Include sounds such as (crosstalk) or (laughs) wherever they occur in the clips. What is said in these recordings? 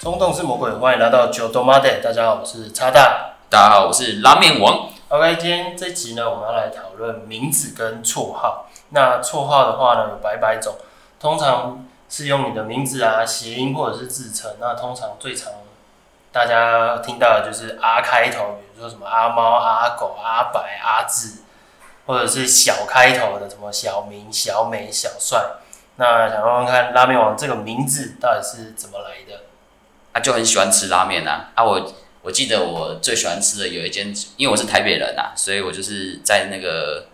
冲动是魔鬼，欢迎来到九多 m a d 大家好，我是叉大。大家好，我是拉面王。 OK，今天这集呢，我们要来讨论名字跟绰号。那绰号的话呢，有百百种，通常是用你的名字啊、谐音或者是自称。那通常最常大家听到的就是阿开头，比如说什么阿猫、阿狗、阿白、阿志，或者是小开头的，什么小明、小美、小帅。那想问问看，拉面王这个名字到底是怎么来的？啊，就很喜欢吃拉面呐、啊。啊，我我记得我最喜欢吃的有一间，因为我是台北人呐、啊，所以我就是在那个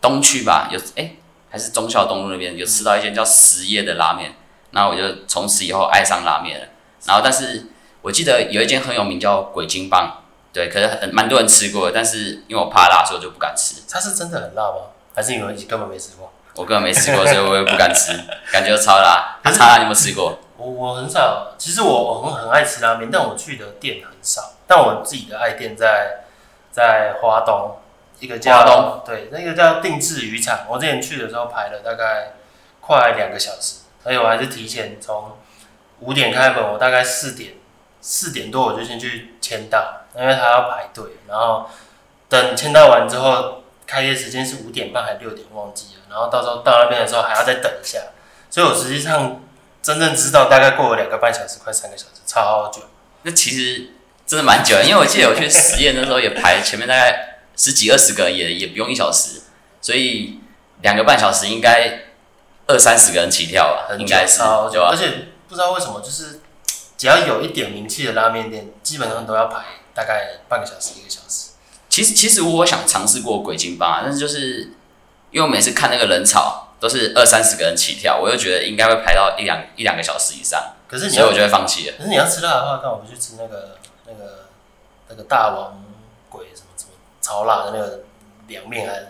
东区吧，有哎、还是忠孝东路那边有吃到一间叫实业的拉面，那我就从此以后爱上拉面了。然后，但是我记得有一间很有名叫鬼金棒，对，可是很蛮多人吃过的，但是因为我怕辣，所以我就不敢吃。它是真的很辣吗？还是你们根本没吃过？我根本没吃过，所以我也不敢吃，感觉超辣。 (laughs) 啊，超辣，你有没有吃过？我我很少，其实我我很很爱吃拉面，但我去的店很少。但我自己的爱店在在花东，一个叫花东对，那个叫定制渔场。我之前去的时候排了大概快两个小时，而且我还是提前从五点开门，我大概四点四点多我就先去签到，因为他要排队，然后等签到完之后，开业时间是五点半还是六点忘记了，然后到时候到那边的时候还要再等一下，所以我实际上真正知道大概过了两个半小时，快三个小时，超久。那其实真的蛮久的，因为我记得我去实验的时候也排前面大概十几二十个人也，也不用一小时，所以两个半小时应该二三十个人起跳吧，很应久该是超对久，啊而吧？且不知道为什么，就是只要有一点名气的拉面店，基本上都要排大概半个小时一个小时。其实其实我想尝试过鬼金巴，但是就是因为我每次看那个人潮都是二三十个人起跳，我就觉得应该会排到一两一两个小时以上，可是你所以要，我就会放弃了。可是你要吃辣的话，那我们去吃那个那个那个大王鬼什么什么超辣的那个凉面还是？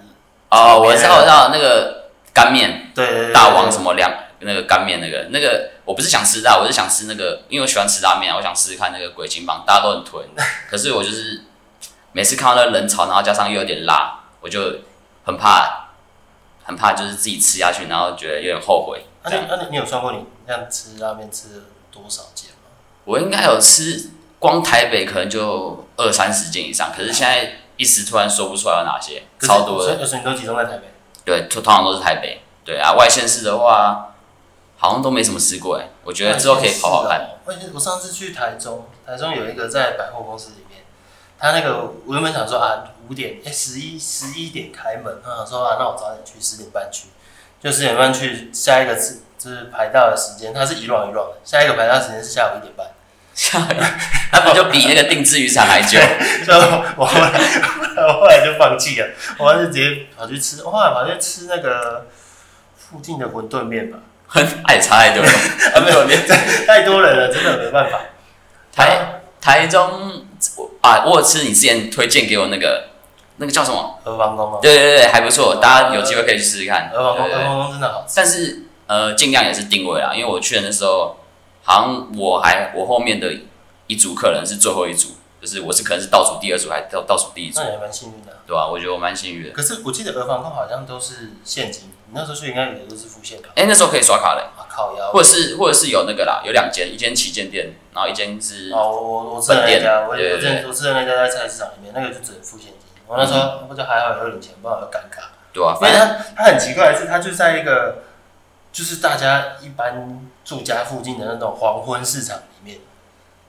哦，我知道我知道那个干面，对对对，大王什么？么凉那个干面那个那个，我不是想吃辣，我是想吃那个，因为我喜欢吃拉面啊，我想试试看那个鬼金棒，大家都很囤，可是我就是每次看到那个人潮，然后加上又有点辣，我就很怕，很怕就是自己吃下去，然后觉得有点后悔。那啊你那你你有算过你这样吃拉面吃了多少间吗？我应该有吃，光台北可能就二三十斤以上，可是现在一时突然说不出来有哪些，可是超多所的。以所以你都集中在台北。对，通通常都是台北。对啊，外县市的话，好像都没什么吃过哎、我觉得之后可以跑跑看。我我上次去台中，台中有一个在百货公司里面，他那个我原本想说啊五点哎十一十一点开门，他想说啊那我早点去十点半去，就十点半去，下一个是就是排到的时间，它是一乱一乱的，下一个排到的时间是下午一点半，他不就比那个定制渔场还久？所以我我后来我后来就放弃了，我还是直接跑去吃，我后来跑去吃那个附近的馄饨面吧，哎，差太多了。啊，没有，连太多人了，真的没办法。台台中我啊，我有吃你之前推荐给我那个那个叫什么？和王宫吗？对对对，还不错，大家有机会可以去试试看。和王宫，对和对对。王宫真的好吃。但是呃，尽量也是定位啦，因为我去的那时候，好像我还我后面的一组客人是最后一组，就是我是可能是倒数第二组，还是倒倒数第一组那，你还蛮幸运的啊、对吧、我觉得我蛮幸运的。可是我记得俄防控好像都是现金，你那时候去应该也都是付现吧？哎，那时候可以刷卡嘞，啊，烤鸭。或者是或者是有那个啦，有两间，一间旗舰店，然后一间是哦，我我我吃的那分家，店我我对对之前我吃的那家在菜市场里面，那个就只能付现金。我那时候不就还好有点钱，不然我就尴尬。对吧、因反为正。它它很奇怪的是，它就在一个就是大家一般住家附近的那种黄昏市场里面。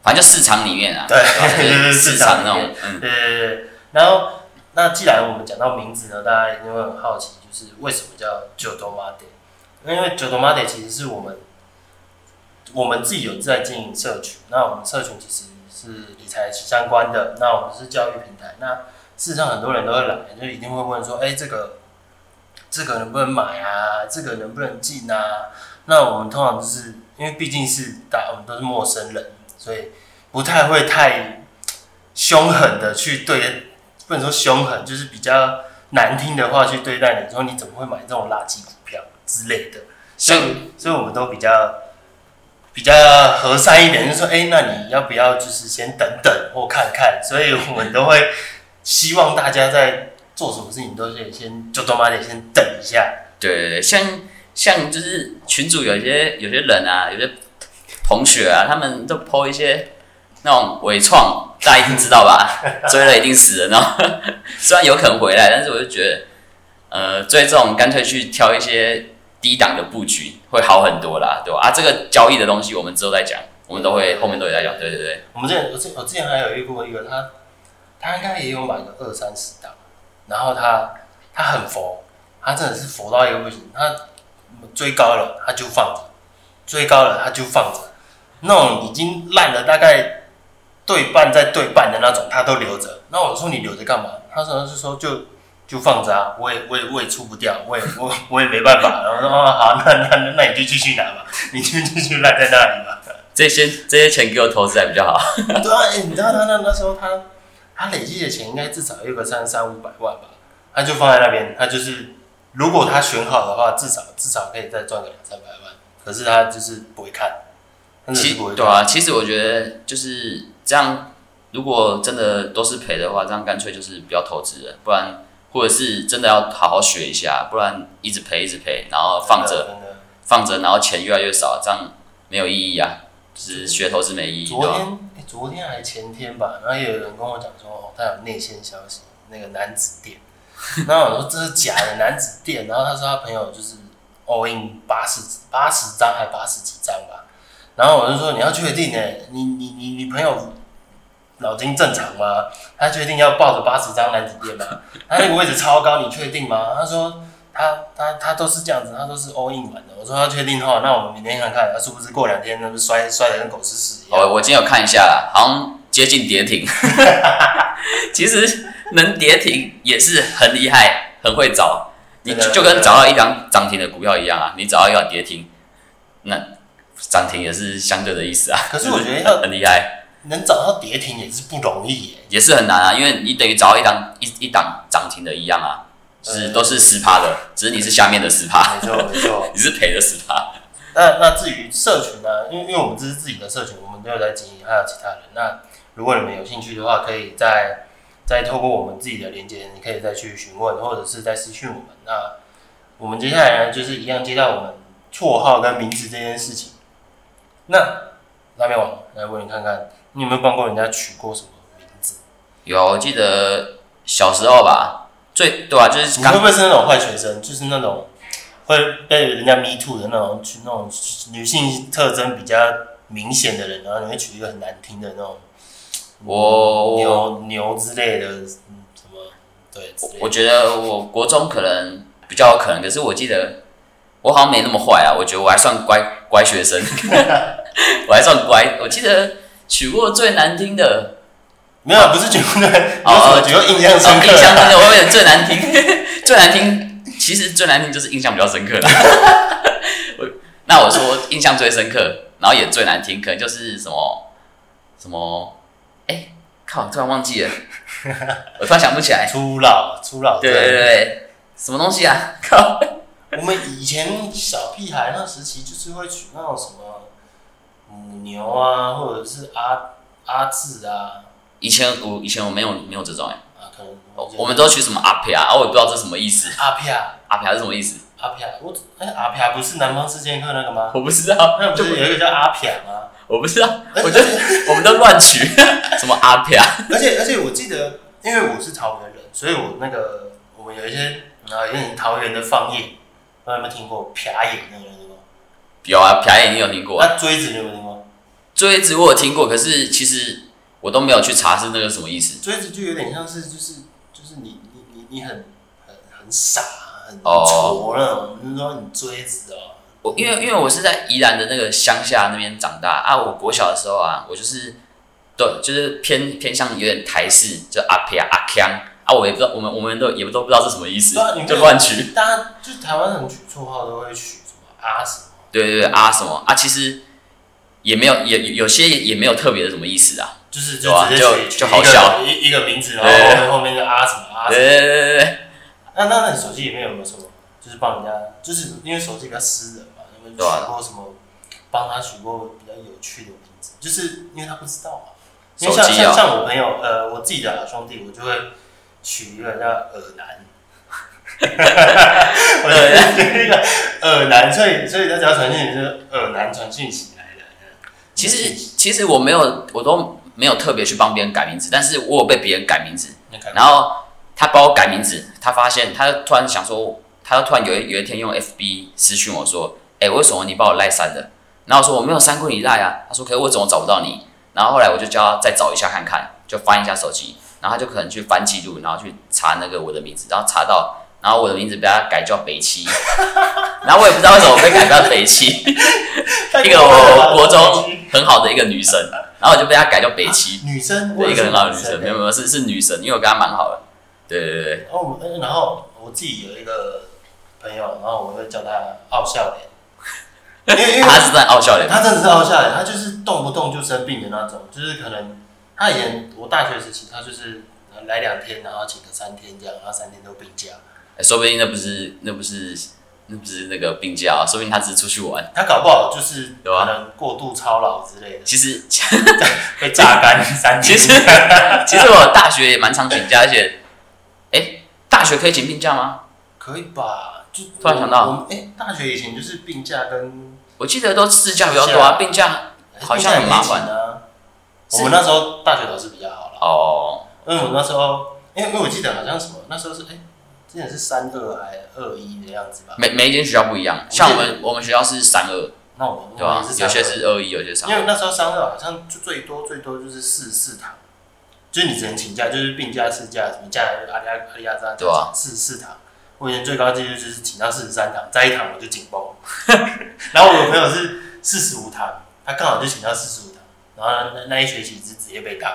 反正就市场里面啊，对吧就是市市场里场那面种，嗯，对对对对。然后，那既然我们讲到名字呢，大家一定会很好奇，就是为什么叫九多妈爹？因为九多妈爹其实是我们我们自己有在经营社群，那我们社群其实是理财相关的，那我们是教育平台，那事实上很多人都会来，就一定会问说，哎、这个这个能不能买啊？这个能不能进啊？那我们通常就是因为毕竟是大，我们都是陌生人，所以不太会太凶狠的去对，不能说凶狠，就是比较难听的话去对待你，说你怎么会买这种垃圾股票之类的。所像以，所以我们都比较比较和善一点，就是说，哎、那你要不要就是先等等或看看？所以我们都会希望大家在做什么事情都是先就他妈得先等一下，对对对，像像就是群主有一些有些人啊，有些同学啊，他们都 PO 一些那种伪创，大家一定知道吧？追了一定死人哦。 (laughs) 虽然有可能回来，但是我就觉得，呃，追这种干脆去挑一些低档的布局会好很多啦，对吧？啊，这个交易的东西我们之后再讲，我们都会后面都有在讲。对对对，我们之前我之我之前还有遇过一个，他他应该也有买个二三十档，然后他他很佛，他真的是佛到一个不行，他追高了他就放着，追高了他就放着，那种已经烂了大概对半再对半的那种，他都留着。那我说你留着干嘛？他好像是说就就放着啊，我也我也我也出不掉，我也我我也没办法。然后说哦好，那那那那你就继续拿吧，你就继续烂在那里吧。这些这些钱给我投资还比较好。 (laughs) 对啊，哎、你知道他那那时候他他累积的钱应该至少有个三三五百万吧，他就放在那边，他就是如果他选好的话，至少至少可以再赚个两三百万，可是他就是不会看，真的其是不会对看。啊，其实我觉得就是这样。如果真的都是赔的话，这样干脆就是不要投资了，不然或者是真的要好好学一下，不然一直赔一直赔，然后放着真的。放着，然后钱越来越少，这样没有意义啊，就是学投资没意义，哦昨对吧？天、哎昨天还前天吧，然后也有人跟我讲说，哦，他有内线消息，那个男子店。 (laughs) 然后我说这是假的男子店，然后他说他朋友就是 all in 八十八十张还八十几张吧，然后我就说你要确定哎、你你你你朋友脑筋正常吗？他确定要抱着八十张男子店吗？他那个位置超高，你确定吗？他说他他他都是这样子，他都是 all in 玩的。我说他确定哈，那我们明天看看，他啊是不是过两天那不是摔摔的跟狗吃屎一样？我我今天有看一下啦，好像接近 (laughs) 跌停，其实能跌停也是很厉害，很会找，你就真的就跟找到一张涨停的股票一样啊，你找到一张跌停，那涨停也是相对的意思啊。可是我觉得就要很很厉害，能找到跌停也是不容易耶、也是很难啊，因为你等于找到一张一一档涨停的一样啊，就是嗯都是十趴的，只是你是下面的十趴，没错没错。你是赔了十趴。 (laughs) 那那至于社群呢、因为因为我们这是自己的社群，我们都有在经营，还有其他人。那如果你们有兴趣的话，可以再再透过我们自己的连接，你可以再去询问，或者是再私讯我们。那我们接下来呢，就是一样接到我们绰号跟名字这件事情。那拉面网来问你看看，你有没有帮过人家取过什么名字？有，啊我记得小时候吧，最对啊，就是你会刚不会是那种坏学生，就是那种会被人家 me too 的那种，去那种女性特征比较明显的人，然后你会取一个很难听的那种我我牛牛之类的，嗯什么对之类我的，觉得我国中可能比较有可能，可是我记得我好像没那么坏啊，我觉得我还算乖乖 (laughs) 学生，我还算乖。我记得取过最难听的，没有啊不是举过那个，哦有什么哦举过印象哦深印刻象的？深刻，我有最难听， (laughs) 最难听，其实最难听就是印象比 (laughs) 较深刻啦。我那我说印象最深刻，然后也最难听，可能就是什么什么，哎、靠，突然忘 (laughs) 记了，我突然想不起来。初老初老对对对对，什么东西啊？靠，我们以前小屁孩那时期就是会取那种什么母牛啊，或者是阿阿志啊以前我以前我没有没有这种哎、啊，可能我我们都取什么阿飘啊，我也不知道这什么意思，阿屁啊。阿飘是什么意思？阿撇，我哎、阿撇不是南方四剑客那个吗？我不知道，那不是有一个叫阿撇吗？我不 (laughs) 知道，而我就且我们都乱取， (laughs) 什么阿啊飘，而且而且我记得，因为我是桃园人，所以我那个我们有一些啊，有点桃园的方言，不知道有没有听过撇眼那个人吗？有啊，飘眼你有听过啊？那锥子你有没有听过？锥子我有听过，可是其实我都没有去查是那个什么意思。锥子就有点像是就是就是你你你你很很很傻很哦挫那种，就是说你锥子哦。我因为因为我是在宜兰的那个乡下那边长大啊，我国小的时候啊，我就是对，就是偏偏向有点台式，就阿撇阿腔啊，我也不知道，我们我们都也都不知道是什么意思，对啊，你就乱取。。大家就台湾人取绰号都会取什么阿什么，对对对啊什么啊，其实也没有也有有些也也没有特别的什么意思啊。就是就对啊直接就取取就一好个笑一一个名字，然后对后面后面就啊什么啊什对么。对对对对，那那那你手机里面有没有什么？就是帮人家，就是因为手机比较私人嘛，有没有对啊取过什么？帮他取过比较有趣的名字，就是因为他不知道嘛。因手为像机像啊，像我朋友，呃，我自己的好兄弟，我就会取一个叫耳男。我 (laughs) 就取一个耳男，所以所以他只要传讯息就是耳男传讯息来的。其实其实我没有，我都没有特别去帮别人改名字，但是我有被别人改名字，你看，然后他帮我改名字，他发现他突然想说，他突然有一有一天用 FB 私讯我说，哎、为什么你把我赖删了？然后我说我没有删过你赖啊。他说，可是我怎么找不到你？然后后来我就叫他再找一下看看，就翻一下手机，然后他就可能去翻记录，然后去查那个我的名字，然后查到。然后我的名字被他改叫北七，然后我也不知道为什么被改叫北七，一个我国中很好的一个女生，然后我就被她改叫北七，女生，我对，也一是个很好的女生，没有欸没有，是是女生，因为我跟她蛮好的。对对 (laughs) 对，然后我们，哦然后我自己有一个朋友，然后我会叫他傲笑 (laughs) 脸，因为因为她是在傲笑脸，他真的是傲笑脸，他就是动不动就生病的那种，就是可能他以前我大学时期，他就是呃来两天，然后请个三天这样，然后三天都病假。哎说不定那不是那不是那不是那个病假啊，说不定她只是出去玩。他搞不好就是有啊可能过度操劳之类的， (laughs) 其实被榨干三其年。实其实我大学也蛮常请假，而且，哎，大学可以请病假吗？可以吧？就突然想到我们哎、大学以前就是病假跟我记得都事假比较多啊，病假好像很麻烦病假也可以请啊。是我们那时候大学老师比较好了，哦，因嗯为我那时候，因为因为我记得好像什么，那时候是哎、之前是三二还二一的样子吧？每每一间学校不一样，像我们我们学校是三二，那我们对吧也啊是？有些32是二一，有些是因为三二。那时候三二好像就最多最多就是四四堂，就是你只能请假，就是病假、事假、什么假、阿里阿阿里阿扎，对啊，四四堂。我以前最高纪录就是请到四十三堂，再一堂我就紧绷。 (laughs) 然后我有朋友是四十五堂，他刚好就请到四十五堂，然后那那一学期是直接被当。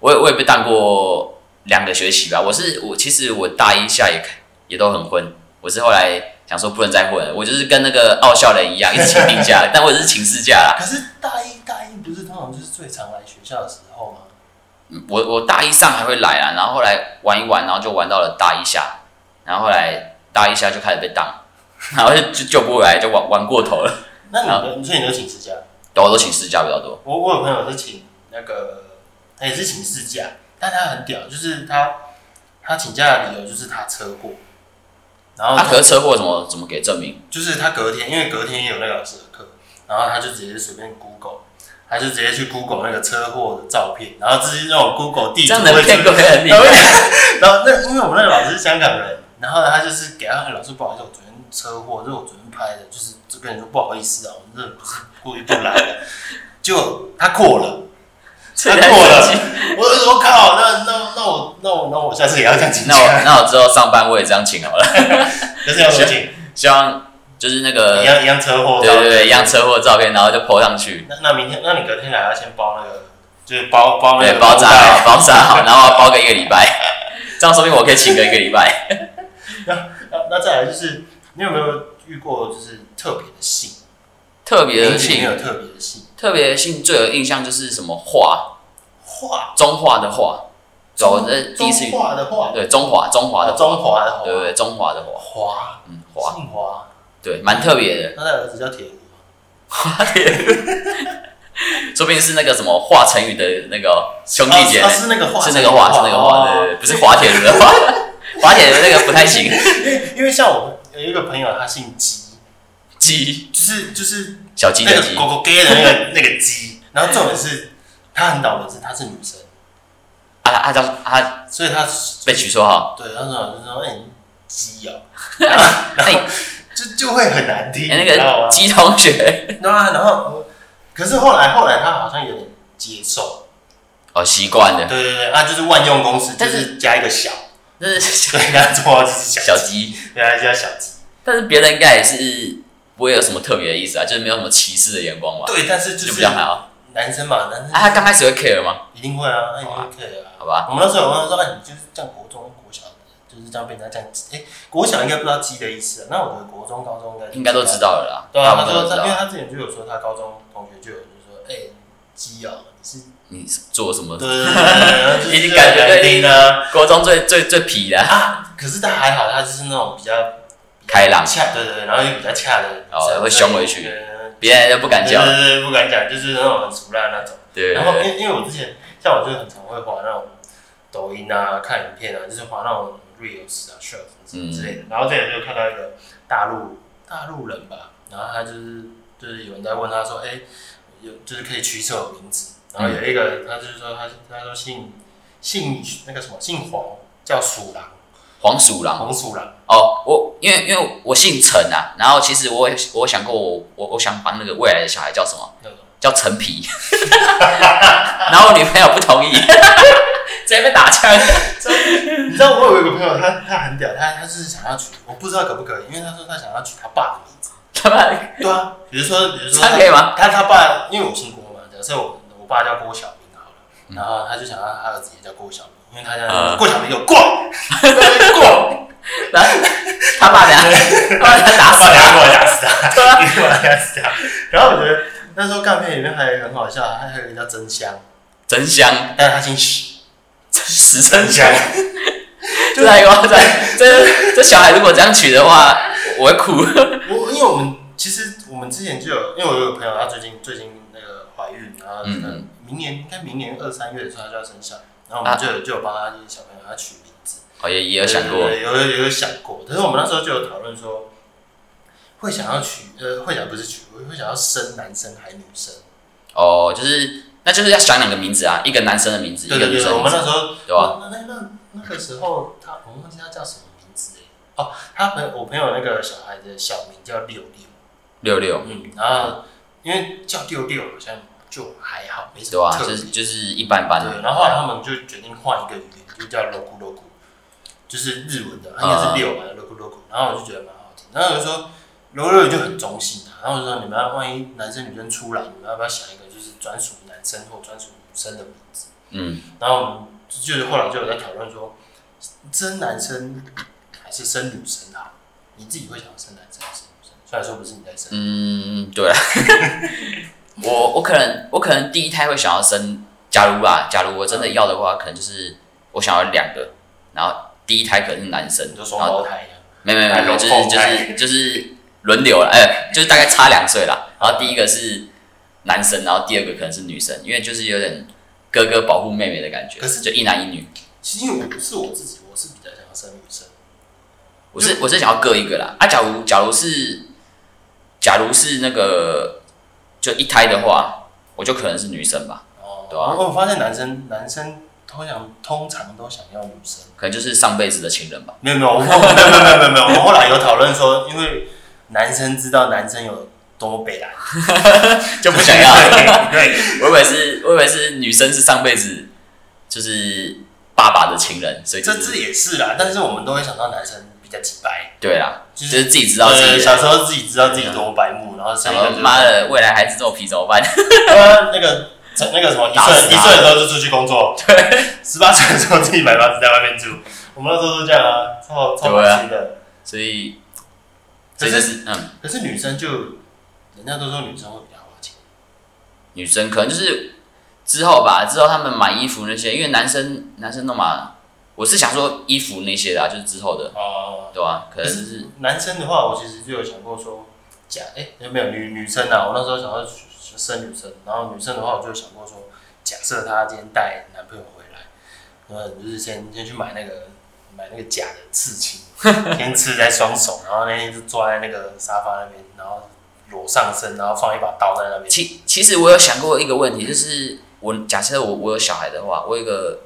我也我也被当过两个学期吧。我是我其实我大一下也也都很混，我是后来想说不能再混了，我就是跟那个傲笑人一样，一直请病 (laughs) 假，但我也是请事假啦。 (laughs) 可是大一大一不是通常就是最常来学校的时候吗？嗯我我大一上还会来啊，然后后来玩一玩，然后就玩到了大一下，然后后来大一下就开始被当，然后就就救不回来，就玩玩过头了。那你的你说你都请事假？对，啊我都请事假比较多。我我有朋友是请那个，他也是请事假，但他很屌，就是他他请假的理由就是他车祸，然后啊，可是车祸怎么怎么给证明？就是他隔天，因为隔天也有那个老师的课，然后他就直接随便 Google，他就直接去 Google 那个车祸的照片，然后这是那种 Google 地这图样能会出骗过人？你然后然后那因为我们那个老师是香港人，然后他就是给他老师不好意思，我昨天车祸，这是我昨天拍的，就是这个人说不好意思啊，我们这不是故意不来的，就他过了。这 (laughs) 他过了神经我就说靠，那那那我那我那我下次也要这样请那我假，那我之后上班我也这样请好了，就是要怎么请？希望就是那个一样一样车祸，对对对，一样。车祸的照片，然后就 po 上去，那那明天，那你隔天来要先包那个，就是包包那对，个包扎绷 (laughs) 好，包扎好，然后包个一个礼拜， (laughs) 这样说明我可以请个一个礼 (laughs) 拜。带。那那再来就是，你有没有遇过就是特别的姓？特别的你有姓，没有特别的姓？特别的姓最有印象就是什么画，话中华的画，走这第一次遇中华的话，对中华中华哦的华，中华的话，对对对中华的华，华嗯华，姓华，对，蛮特别的，他的儿子叫铁虎，说不定是那个什么华晨宇的那个兄弟姐哦妹哦，是那个哦华，是那个华，是那个华，对对对，不是滑铁卢的华， (laughs) 滑铁卢那个不太行，对。因为像我有一个朋友，他姓姬，鸡就是就是小鸡那的个鸡，狗狗 gay 的那个 (laughs) 那个鸡，然后重点是她很倒霉，是她是女生，啊啊叫啊所以她被取 (laughs) 绰号。对，她说就说哎你鸡哦，哎、就就会很难听，哎那你知道个吗？鸡同学，然后然后可是后来后来她好像有点接受，哦，习惯对了，对对，她就是万用公式，就但是是加一个小，但是所以她绰号就是小小鸡，鸡，原来叫小鸡。但是别人应该也是不会有什么特别的意思啊，就是没有什么歧视的眼光吧，对，但是就就是比较还好。男生嘛，男啊，他生刚开始会 care 吗？一定会啊，那一定会 care 啊。好吧，我们那时候有问他说，哎，你就是这样国中、国小的，就是这样被人家这样，哎、国小应该不知道鸡的意思啊。那我觉得国中、高中应该就应该都知。道了啦，对啊，大他部分都说知他，因为道。他之前就有说他高中同学就有就说，哎、鸡哦，你是你做什么？对对对对对，就是已经感觉对听了国中最最最皮的啊，啊。可是他还好，他就是那种比较开朗，恰，对对对，然后又比较恰的女生，哦所以会凶回去对对别人就不敢对叫。对对，不敢讲，就是那种很俗辣那种。对然后哎对因对，为因为我之前像我就很常会滑那种抖音啊、看影片啊，就是滑那种 reels 啊、shorts 什么之类的。然后这里就看到一个大陆大陆人吧，然后他就是就是有人在问他说：“哎、有就是可以取舍名字，然后有一个他就是说他他说姓姓那个什么姓黄叫鼠狼，黄鼠狼黄鼠狼，哦，我因为因为我姓陈啊，然后其实我也我想过我我我想把那个未来的小孩叫什么？那种叫陈皮， (laughs) 然后我女朋友不同意， (laughs) 在那边打枪。你知道我有一个朋友，他他很屌，他他是想要取，我不知道可不可以，因为他说他想要取他爸的名字。他妈的对啊，比如说比如说这样可以吗？他他爸，因为我姓郭嘛，假设我我爸叫郭晓明好了，嗯然后他就想让他儿子也叫郭晓明，因为他叫呃郭晓明有过过，然后他爸俩，他爸俩打他死把他他。给我压死他， (laughs) 对啊，你给我压死他。然后我觉得那时候干片里面还有一个很好笑，还有一个叫真香，真香，但是他姓史，十真香。再一个，再这这小孩如果这样取的话，我会哭。我因为我们其实我们之前就有，因为我有个朋友，她最近最近那个怀孕，然后嗯啊可能明年应该明年二三月的时候她就要生小孩，然后我们就有、就有帮她小朋友她取名字，我哦也也有想过对，对对有有有想过，但是我们那时候就有讨论说，会想要娶呃会想不是娶，会想要生男生还女生，哦，就是那就是要想两个名字啊，一个男生的名字，一对个对女对，生啊我的名们那字，时候对吧？那那那那个时候他我忘记他叫什么名字哎、哦，他朋友我朋友那个小孩的小名叫六六。六六，嗯，然后因为叫六六好像就还好，没什对么吧？特就别。是就是一般般对，然后后来的。他们就决定换一个语言，就叫 loku loku，就是日文的，它应该是六嘛，loku loku。然后我就觉得蛮好听，然后我就说 loku 就很中性啊，然后我就说你们要万一男生女生出来，你们要不要想一个就是专属男生或专属女生的名字？嗯，然后我们就是后来就有在讨论说，生男生还是生女生好？你自己会想要生男生还是生女生？虽然说不是你在生，嗯，对啊。 (laughs) 我我可能我可能第一胎会想要生，假如啊，假如我嗯真的要的话，可能就是我想要两个，然后第一胎可能是男生，你就哦然双后胞胎一样。没没没没，就是还有就后是就是轮流了，哎、就是大概差两岁啦。然后第一个是男生，然后第二个可能是女生，因为就是有点哥哥保护妹妹的感觉，可是就一男一女。其实因为我是我自己，我是比较想要生女生。我是我是想要各一个啦。啊，假如假如是假如是那个就一胎的话，我就可能是女生吧，哦，对啊我我发现男生男生通常通常都想要女生。可能就是上辈子的情人吧。没有没有，我没有没有没有没有没有，我们后来有讨论说，因为男生知道男生有多么北蓝，就不想要 (laughs) 对，我以为是我以为是女生是上辈子就是爸爸的情人，所以就这是这也是啦。但是我们都会想到男生比较直白，对啦，就就是自己知道自己呃的小时候自己知道自己多么白目，然后什生一个么就是妈，的，未来孩子这么皮怎么办？ (laughs) 呃那个那个什么一打死岁一他岁的时候就出去工作，对，十八岁的时候自己买房子在外面住，我们那时候都这样啊，超超对啊白痴的。所以，可所是以就是嗯，可是女生就，人家都说女生会比较花钱，女生可能就是之后吧，之后他们买衣服那些，因为男生男生弄嘛，我是想说衣服那些啦，就是之后的，哦、对吧、可能就是男生的话，我其实就有想过说，假哎、有没有女女生啊？我那时候想要去去生女生，然后女生的话，我就想过说，假设她今天带男朋友回来，呃，就是先先去买那个买那个假的刺青， (laughs) 先刺在双手，然后那天就坐在那个沙发那边，然后裸上身，然后放一把刀在那边。其其实我有想过一个问题，就是我假设我我有小孩的话，我有一个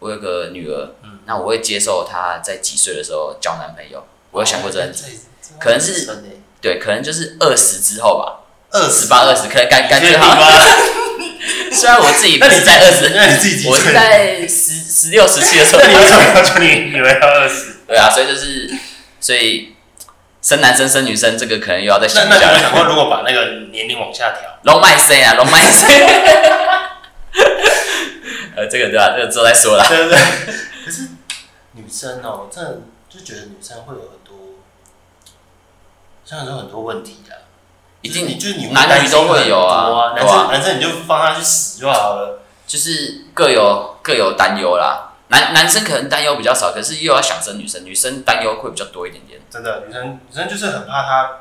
我有一个女儿，嗯那我会接受她在几岁的时候交男朋友，我有想过这个问题，这，这可能是很深欸对，可能就是二十之后吧，二十八二十，可能感感觉好像。像，虽然我自己不那你是在二十，那你自己几我是岁？在十十六、十七的 (laughs) 时候那，你为什么要求你女儿要二十？对啊，所以就是，所以生男生生女生这个可能又要再那想那一你下有了。想过，如果把那个年龄往下调？龙脉 C 啊，龙脉 C，呃，这个对吧、这个之后再说啦。 (laughs) 对对对。可是女生哦，真的就觉得女生会有很多，像有很多问题啊。一就是你定就是你男女担心都会有啊很多啊，男对啊生男生你就放他去死就好了。就是各有各有担忧啦。男男生可能担忧比较少，可是又要想生女生，女生担忧会比较多一点点，真的，女生女生就是很怕他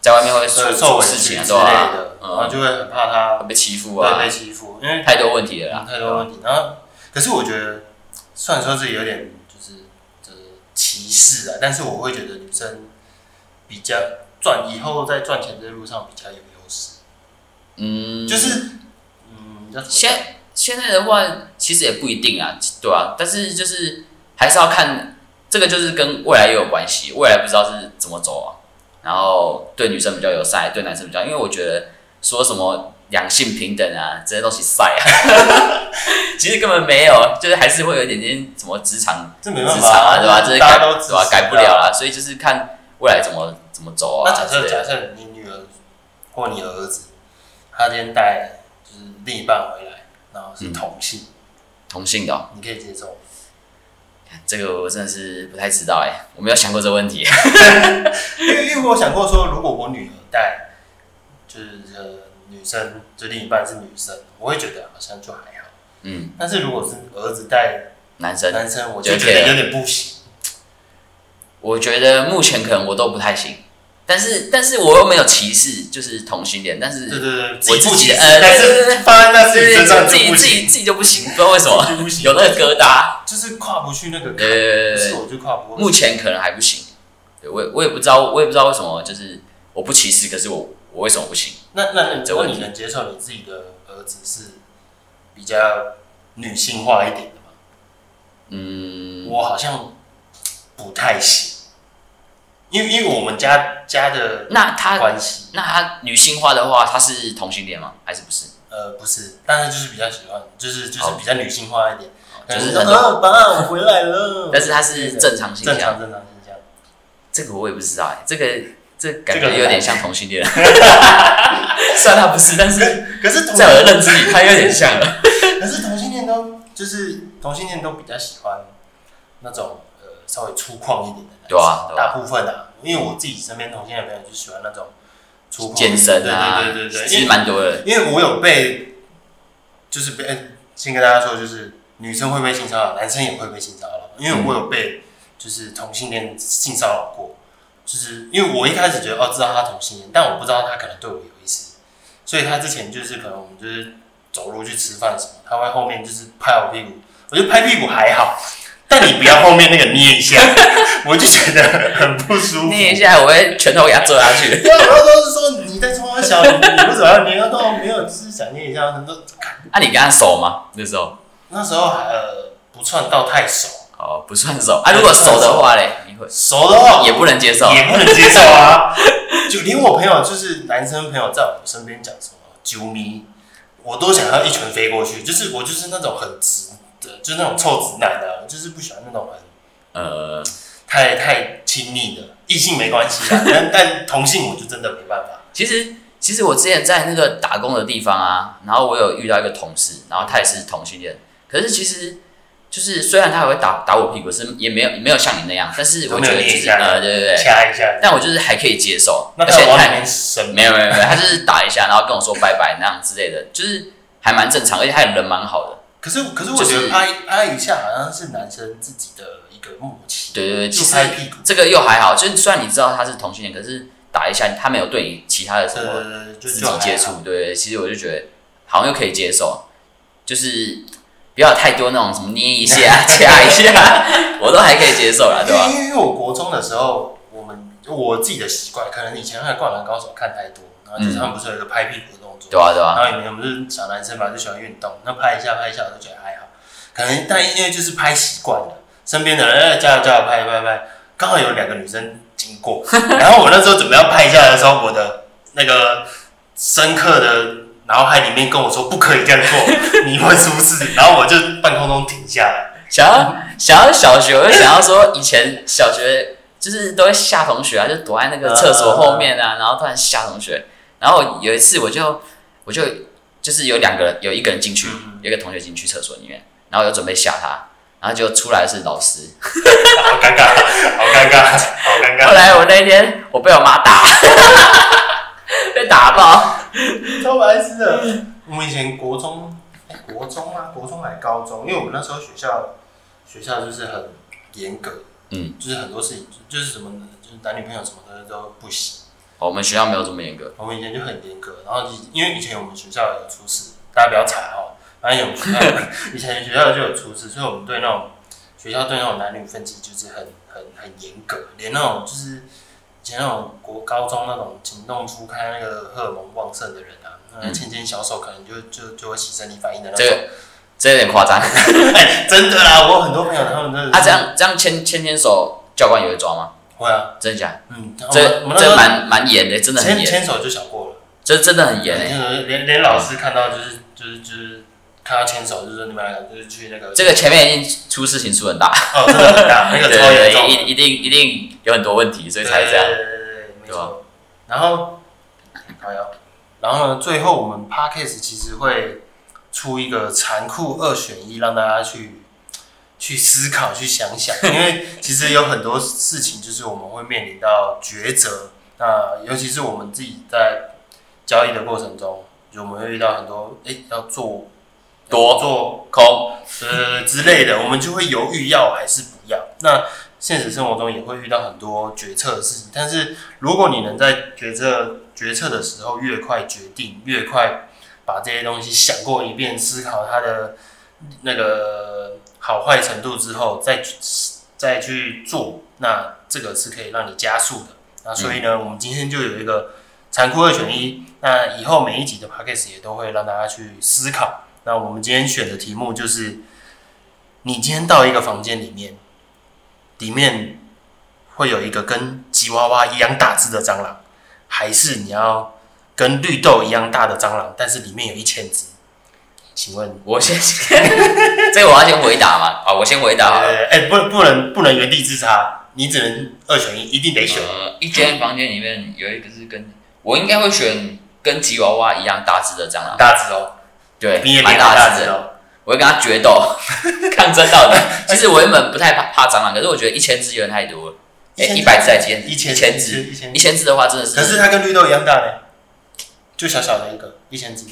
在外面会出受出委事屈情啊，之对类吧、的，然后嗯，就会很怕他会被欺负会啊被，欺负，因为太多问题了啦。太多问题。然啊后，嗯可是我觉得，虽然说自己有点就是就是歧视啊，但是我会觉得女生比较赚以后在赚钱这路上比较有优势。嗯，就是嗯，要怎么讲现现在的话，其实也不一定啊，对啊，但是就是还是要看这个，就是跟未来也有关系，未来不知道是怎么走啊。然后对女生比较友善，对男生比较，因为我觉得说什么两性平等啊这些东西晒啊， (laughs) 其实根本没有，就是还是会有一点点什么职场这没职办场法啊，对吧？这是大改家都啊对吧？改不了。啊啦，所以就是看未来怎么怎么走啊那假之设类假的。设你女儿或你儿子，他今天带就是另一半回来，然后嗯是同性，同性的哦、你可以接受？这个我真的是不太知道哎、我没有想过这个问题。因为因为我想过说，如果我女儿带就是呃女生，就另一半是女生，我会觉得好像就还好。嗯，但是如果是儿子带男生男生，我就就觉觉得得有点不行。我觉得目前可能我都不太行，但是但是我又没有歧视，就是同性恋，但对是对对，自己不行，但呃对对对是发生在自己身上自就己不自己行，自己就不行，不知道为什么就不行有那个疙瘩。就是跨不去那个坎，是呃，我就跨不过去。目前可能还不行，对我也我也不知道，我也不知道为什么，就是我不歧视，可是我我为什么不行？那那你这那问题你能接受你自己的儿子是比较女性化一点的吗？嗯，我好像不太行，因为因为我们家家的那他关系，那他女性化的话，他是同性恋吗？还是不是？呃，不是，但是就是比较喜欢，就是就是好比较女性化一点，就是说那种，啊，爸，我回来了， (laughs) 但是他是正常性正向。常正常现象，这个我也不知道哎、这个这感这个觉很有点像同性恋。虽然他不是，但是可是同 (laughs) 在我的认知里，他有点 (laughs) 像了。 (laughs) 可是同性恋都就是同性恋都比较喜欢那种呃稍微粗犷一点的男生，对啊对啊大部分啊，因为我自己身边同性恋朋友就喜欢那种粗犷健身啊，对对对对对，其实因为蛮多的。因为我有被就是被呃先跟大家说，就是女生会被性骚扰，男生也会被性骚扰，因为我有被就是同性恋性骚扰过，就是因为我一开始觉得哦知道他同性恋，但我不知道他可能对我有意思，所以他之前就是可能我们就是走路去吃饭什么，他会后面就是拍我屁股，我觉得拍屁股还好，但你不要后面那个捏一下， (laughs) 我就觉得很不舒服。捏一下，我会拳头给他揍下 (laughs) 去。(laughs) 对啊，我都是说你在冲我小，你你为什么要捏？他说没有，只是想捏一下。他说啊，你跟他熟吗？那时候那时候还呃不算到太熟，哦，不 (laughs) 算熟啊。如果熟的话嘞，你会熟的话也不能接受。也不能接受啊。就连我朋友，就是男生朋友，在我身边讲什么“啾咪”，我都想要一拳飞过去。就是我就是那种很直的，就是那种臭直男的、啊，就是不喜欢那种很呃，太太亲密的。异性没关系啦，但但同性我就真的没办法。其实其实我之前在那个打工的地方啊，然后我有遇到一个同事，然后他也是同性恋，可是其实就是虽然他还会打打我屁股，是也没有没有像你那样，但是我觉他没得有就捏一是下呃对对对，掐一下，但我就是还可以接受，那而在且往他里也面伸，没有没有没有，他就是打一下，然后跟我说拜拜那样之类的，就是还蛮正常，而且他也人蛮好的，可是可是我就是觉得拍拍一下好像是男生自己的一个默契，对对对，其就实拍屁股。这个又还好，就是虽然你知道他是同性恋，可是打一下他没有对你其他的什么呃，就肢就体还接好触，对，其实我就觉得好像又可以接受，就是不要太多那种什么捏一下、 (laughs) 掐一下，我都还可以接受啦，对吧？因为因为我国中的时候，我们我自己的习惯，可能以前看《灌篮高手》看太多，然后就是他们不是有一个拍屁股的动作，嗯对啊，对啊，然后以前我们是小男生嘛，就喜欢运动，那拍一下拍一下，我就觉得还好。可能但因为就是拍习惯了，身边的人哎加油加油拍拍拍，刚好有两个女生经 (laughs) 过，然后我那时候准备要拍一下的时候，我的那个深刻的脑海里面跟我说不可以这样做，你会出事，然后我就半空中停下来。想要想要小学，我就想要说以前小学就是都会吓同学啊，就躲在那个厕所后面啊，然后突然吓同学。然后有一次我就我就就是有两个人，有一个人进去嗯，有一个同学进去厕所里面，然后我就准备吓他，然后就出来是老师。好尴尬，好尴尬，好尴尬。后来我那天我被我妈打， (laughs) 被打爆。 (laughs) 超白痴的。我们以前国中，哎国中啊，国中还高中，因为我们那时候学校学校就是很严格，嗯，就是很多事情就是什么呢，就是男女朋友什么的都不行。哦我们学校没有这么严格，我们以前就很严格，然后以因为以前我们学校有出事，大家不要查哦。反正有 (laughs) 学校，以前学校就有出事，所以我们对那种学校对那种男女分级就是很很很严格，连那种就是以前那种国高中那种情动初开那个荷尔蒙旺盛的人啊，那嗯牵牵小手可能就就就会起生理反应的那这种。个这有点夸张。真的啦，我很多朋友他们真的是啊，这样这样牵牵牵手，教官也会抓吗？会啊，真的假嗯，的？我这们我们那时这候蛮蛮严的，真的很牵严，牵手就想过了，这真的很严诶。那个连连老师看到就是就是就是看到牵手就说你们两个就是去那个这个前面已经出事情 (laughs) 出很大，哦，真的 (laughs) 很大，那个超严重的对，一一定一定有很多问题，所以才会这对样。对对对对，没错。然后，好呀，然后呢，最后我们 podcast 其实会出一个残酷二选一，让大家去去思考、去想 (laughs) 想，因为其实有很多事情就是我们会面临到抉择。那尤其是我们自己在交易的过程中，就我们会遇到很多哎、诶要做多做空呃之类的，我们就会犹豫要还是不要。那现实生活中也会遇到很多决策的事情，但是如果你能在决策决策的时候越快决定，越快把这些东西想过一遍，思考它的那个好坏程度之后，再去再去做，那这个是可以让你加速的。那所以呢，我们今天就有一个残酷二选一。那以后每一集的 podcast 也都会让大家去思考。那我们今天选的题目就是：你今天到一个房间里面，里面会有一个跟吉娃娃一样大只的蟑螂，还是你要跟绿豆一样大的蟑螂，但是里面有一千只？请问，我先， (laughs) 这个我要先回答嘛。啊，我先回答好了。呃，哎、不，不能不能原地自杀，你只能二选一，一定得选。呃，一间房间里面有一个是跟我应该会选跟吉娃娃一样大只的蟑螂，大只哦，对你也，蛮变大只只的。哦，我会跟它决斗， (laughs) 抗争到底。其实我原本不太怕怕蟑螂，可是我觉得一千只有点太多了。哎，一百只还是一一千千？只只，一千一千只的话真的可是是它跟绿豆一样大呢，就小小的一个，一千只，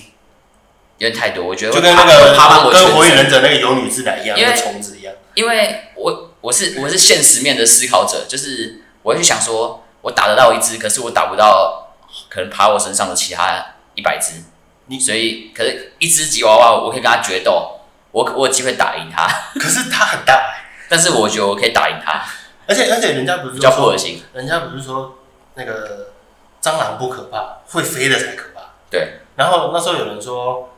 有点太多。我觉得就会跟爬那个爬满我跟火影全身，忍者那个有女自来一样，因那为个虫子一样。因为我我是我是现实面的思考者，就是我会去想说，我打得到一只，可是我打不到可能爬我身上的其他一百只。你所以，可是一只吉娃娃，我可以跟它决斗，我我有机会打赢它， (laughs) 可是它很大，但是我觉得我可以打赢它， (laughs) 而且而且人家不是比较不说，恶心。人家不是说那个蟑螂不可怕，会飞的才可怕。对。然后那时候有人说，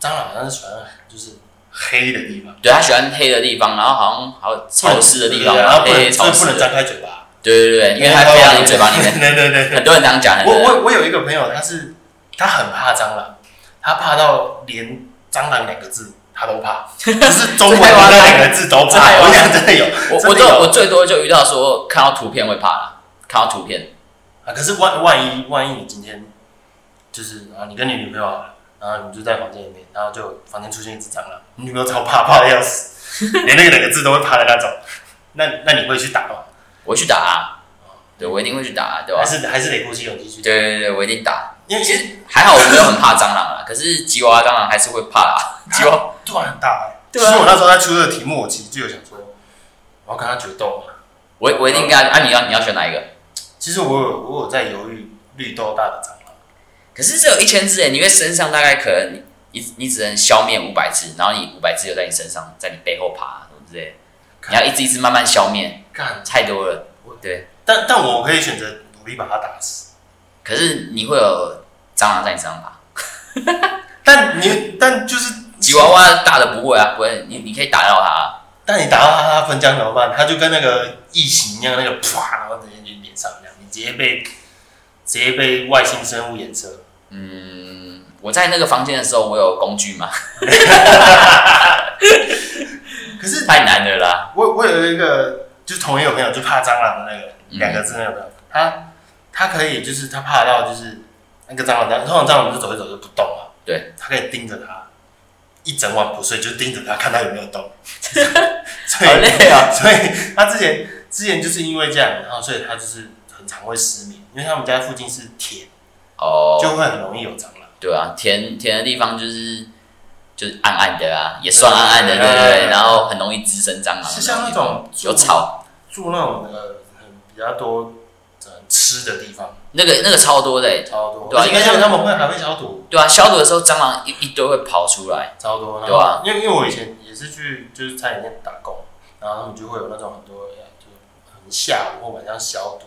蟑螂好像是喜欢就是黑的地方，对，它喜欢黑的地方，然后好像还有潮湿的地方，对然后不黑能黑所潮以不湿能的。张开嘴巴，对对 (laughs) 对，因为它飞到你嘴巴里面。对对对对 (laughs) 很。多人这样讲，很我多人我我有一个朋友，他是他很怕蟑螂，他怕到连蟑螂两个字他都 (laughs) 怕，就是中文的那两个字都这怕。太夸张我想真的有，我真我的最有我最多就遇到说看到图片会怕啦，看到图片，啊，可是万万一万一你今天就是啊，你跟你女朋友好了，然后你们就在房间里面，然后就房间出现一只蟑螂，你女朋友超怕，怕的要死， (laughs) 连那个两个字都会怕的那种。那那你会去打吗？我会去打、啊，对我一定会去打、啊，对吧还？是还是得鼓起勇气去打？对对对，我一定打。因为其其实实还好我没有很怕蟑螂啊啦，可是吉娃娃蟑螂还是会怕啦。 (laughs) 吉娃突然很大、欸，对啊其实我那时候在出这个题目，我其实就有想说，我要跟他决斗嘛。我我一定跟他啊，你要你要选哪一个？其实我有我有在犹豫绿豆大的蟑螂，可是只有一千只欸诶，你会身上大概可能你你你只能消灭五百只，然后你五百只又在你身上，在你背后爬什么之类的，你要一只一只慢慢消灭，干，太多了。但但我可以选择努力把它打死。可是你会有蟑螂在你身上爬，但你但就是吉娃，娃打的不会啊，不会，你你可以打到它啊、但你打到它，它分浆怎么办？它就跟那个异形一样，那个啪，然后直接就脸上这样，你直接被直接被外星生物颜色。嗯，我在那个房间的时候，我有工具吗？可是 (laughs) 太难了啦。我我有一个就是同一个朋友，就怕蟑螂的那个嗯两个字那个朋友，他他可以就是他怕到就是那个蟑螂，但通常蟑螂就走一走就不动了，对，他可以盯着它一整晚不睡，就盯着它看它有没有 (laughs) 动，所以好累啊所以他之前之前就是因为这样，然后所以他就是很常会失眠，因为他们家附近是田，哦，就会很容易有蟑螂。对啊，甜甜的地方就是就是暗暗的啊，也算暗暗的，对对对对，然后很容易滋生蟑螂。嗯是像那种有草，住那种呃很比较多呃吃的地方，那个那个超多的欸，超多，对啊而且因为而且他他们会还会消毒。对啊，消毒的时候蟑螂一一堆会跑出来，超多，然对啊后因为因为我以前也是去就是餐饮店打工，然后他们就会有那种很多呃就是很下午或晚上消毒，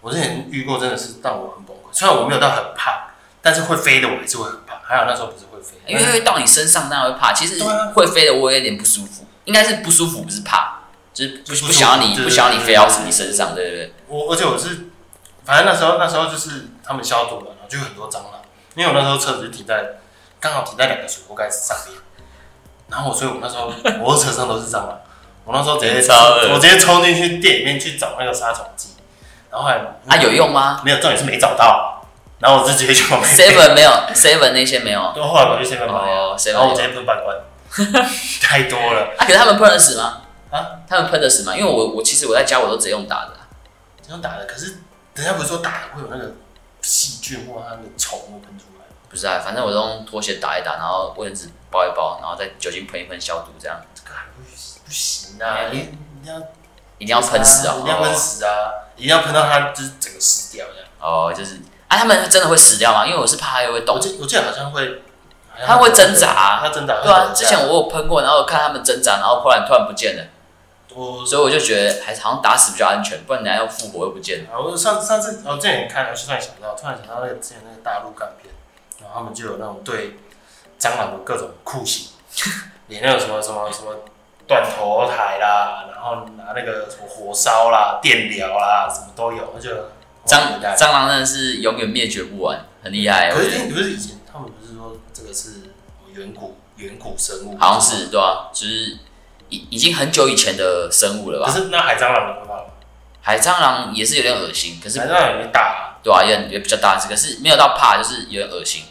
我之前遇过真的是让我很崩溃，虽然我没有到很怕，但是会飞的我还是会很怕。还有那时候不是会飞，因为会到你身上，当然会怕。其实嗯对啊会飞的我也有点不舒服，应该是不舒服，不是怕，就是不不舒服不想要你对对不想要你对嗯飞到你身上，对对对。我而且我是，反正那时候那时候就是他们消毒嘛，然后就有很多蟑螂，因为我那时候车子就停在刚好停在两个水锅盖上面，然后我所以我那时候摩托车上都是蟑螂，我那时候直接超恶我直接冲进去店里面去找那个杀虫剂，然后还啊，有用吗没有重点是没找到，然后我就直接去旁边 (laughs) ？Seven 没有，Seven 那些没有啊，都后来我去 seven 买啊，哦，Seven 然后我有直接喷半罐，太多了，啊，可是他们喷得死吗？啊，他们喷得死吗？因为我我其实我在家我都直接用打的啊，这样打的，可是人家不是说打会有那个细菌或它的虫会喷出来。不是啊，反正我都用拖鞋打一打，然后卫生纸包一包，然后再酒精喷一喷消毒，这样这个还不行不行啊！你你要一哎定要喷死啊一定要喷哦。死啊！一定要喷到它就是整个湿掉这样。哦，就是啊，他们真的会死掉吗？因为我是怕它会我动，记我记得好像会，好像它会挣扎啊、它挣扎。对啊它，挣扎之前我有喷过，然后看他们挣扎，然后后来突然不见了，我所以我就觉得还是好像打死比较安全，不然你还要复活又不见了。啊，我上上次我之前也看，我突然想到，突然想到那个之前那个大陆港片，然后他们就有那种对蟑螂的各种酷刑，连那种什么什么什么断头台啦，然后拿那个什么火烧啦、电疗啦，什么都有，我就蟑螂。蟑螂真的是永远灭绝不完，很厉害、我啊可觉是得你不是以前他们不是说这个是远古远古生物？好像是对啊，就是已已经很久以前的生物了可吧？是那海蟑螂你会怕吗？海蟑螂也是有点恶心，可是海蟑螂有点大、啊，对啊，也很也比较大只，可是没有到怕，就是有点恶心。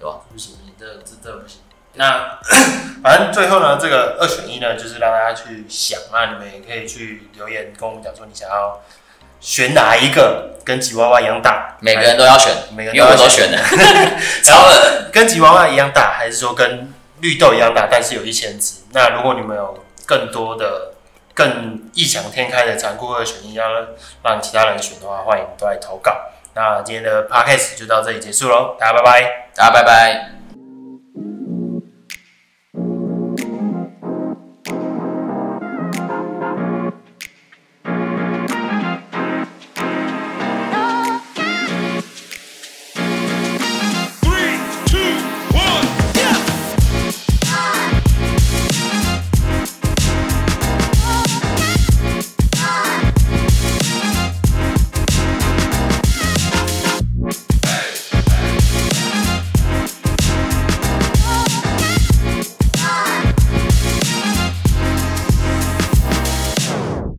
不行，你这这这不行。那 (coughs) 反正最后呢，这个二选一呢，就是让大家去想。啊那你们也可以去留言跟我们讲说，你想要选哪一个跟吉娃娃一样大？每个人都要选，还是哎每个人因为我要都选选了， (laughs) 超恶。跟吉娃娃一样大，还是说跟绿豆一样大，但是有一千只？那如果你们有更多的、更异想天开的残酷二选一，要让其他人选的话，欢迎都来投稿。那今天的 podcast 就到这里结束喽，大家拜拜。大家拜拜。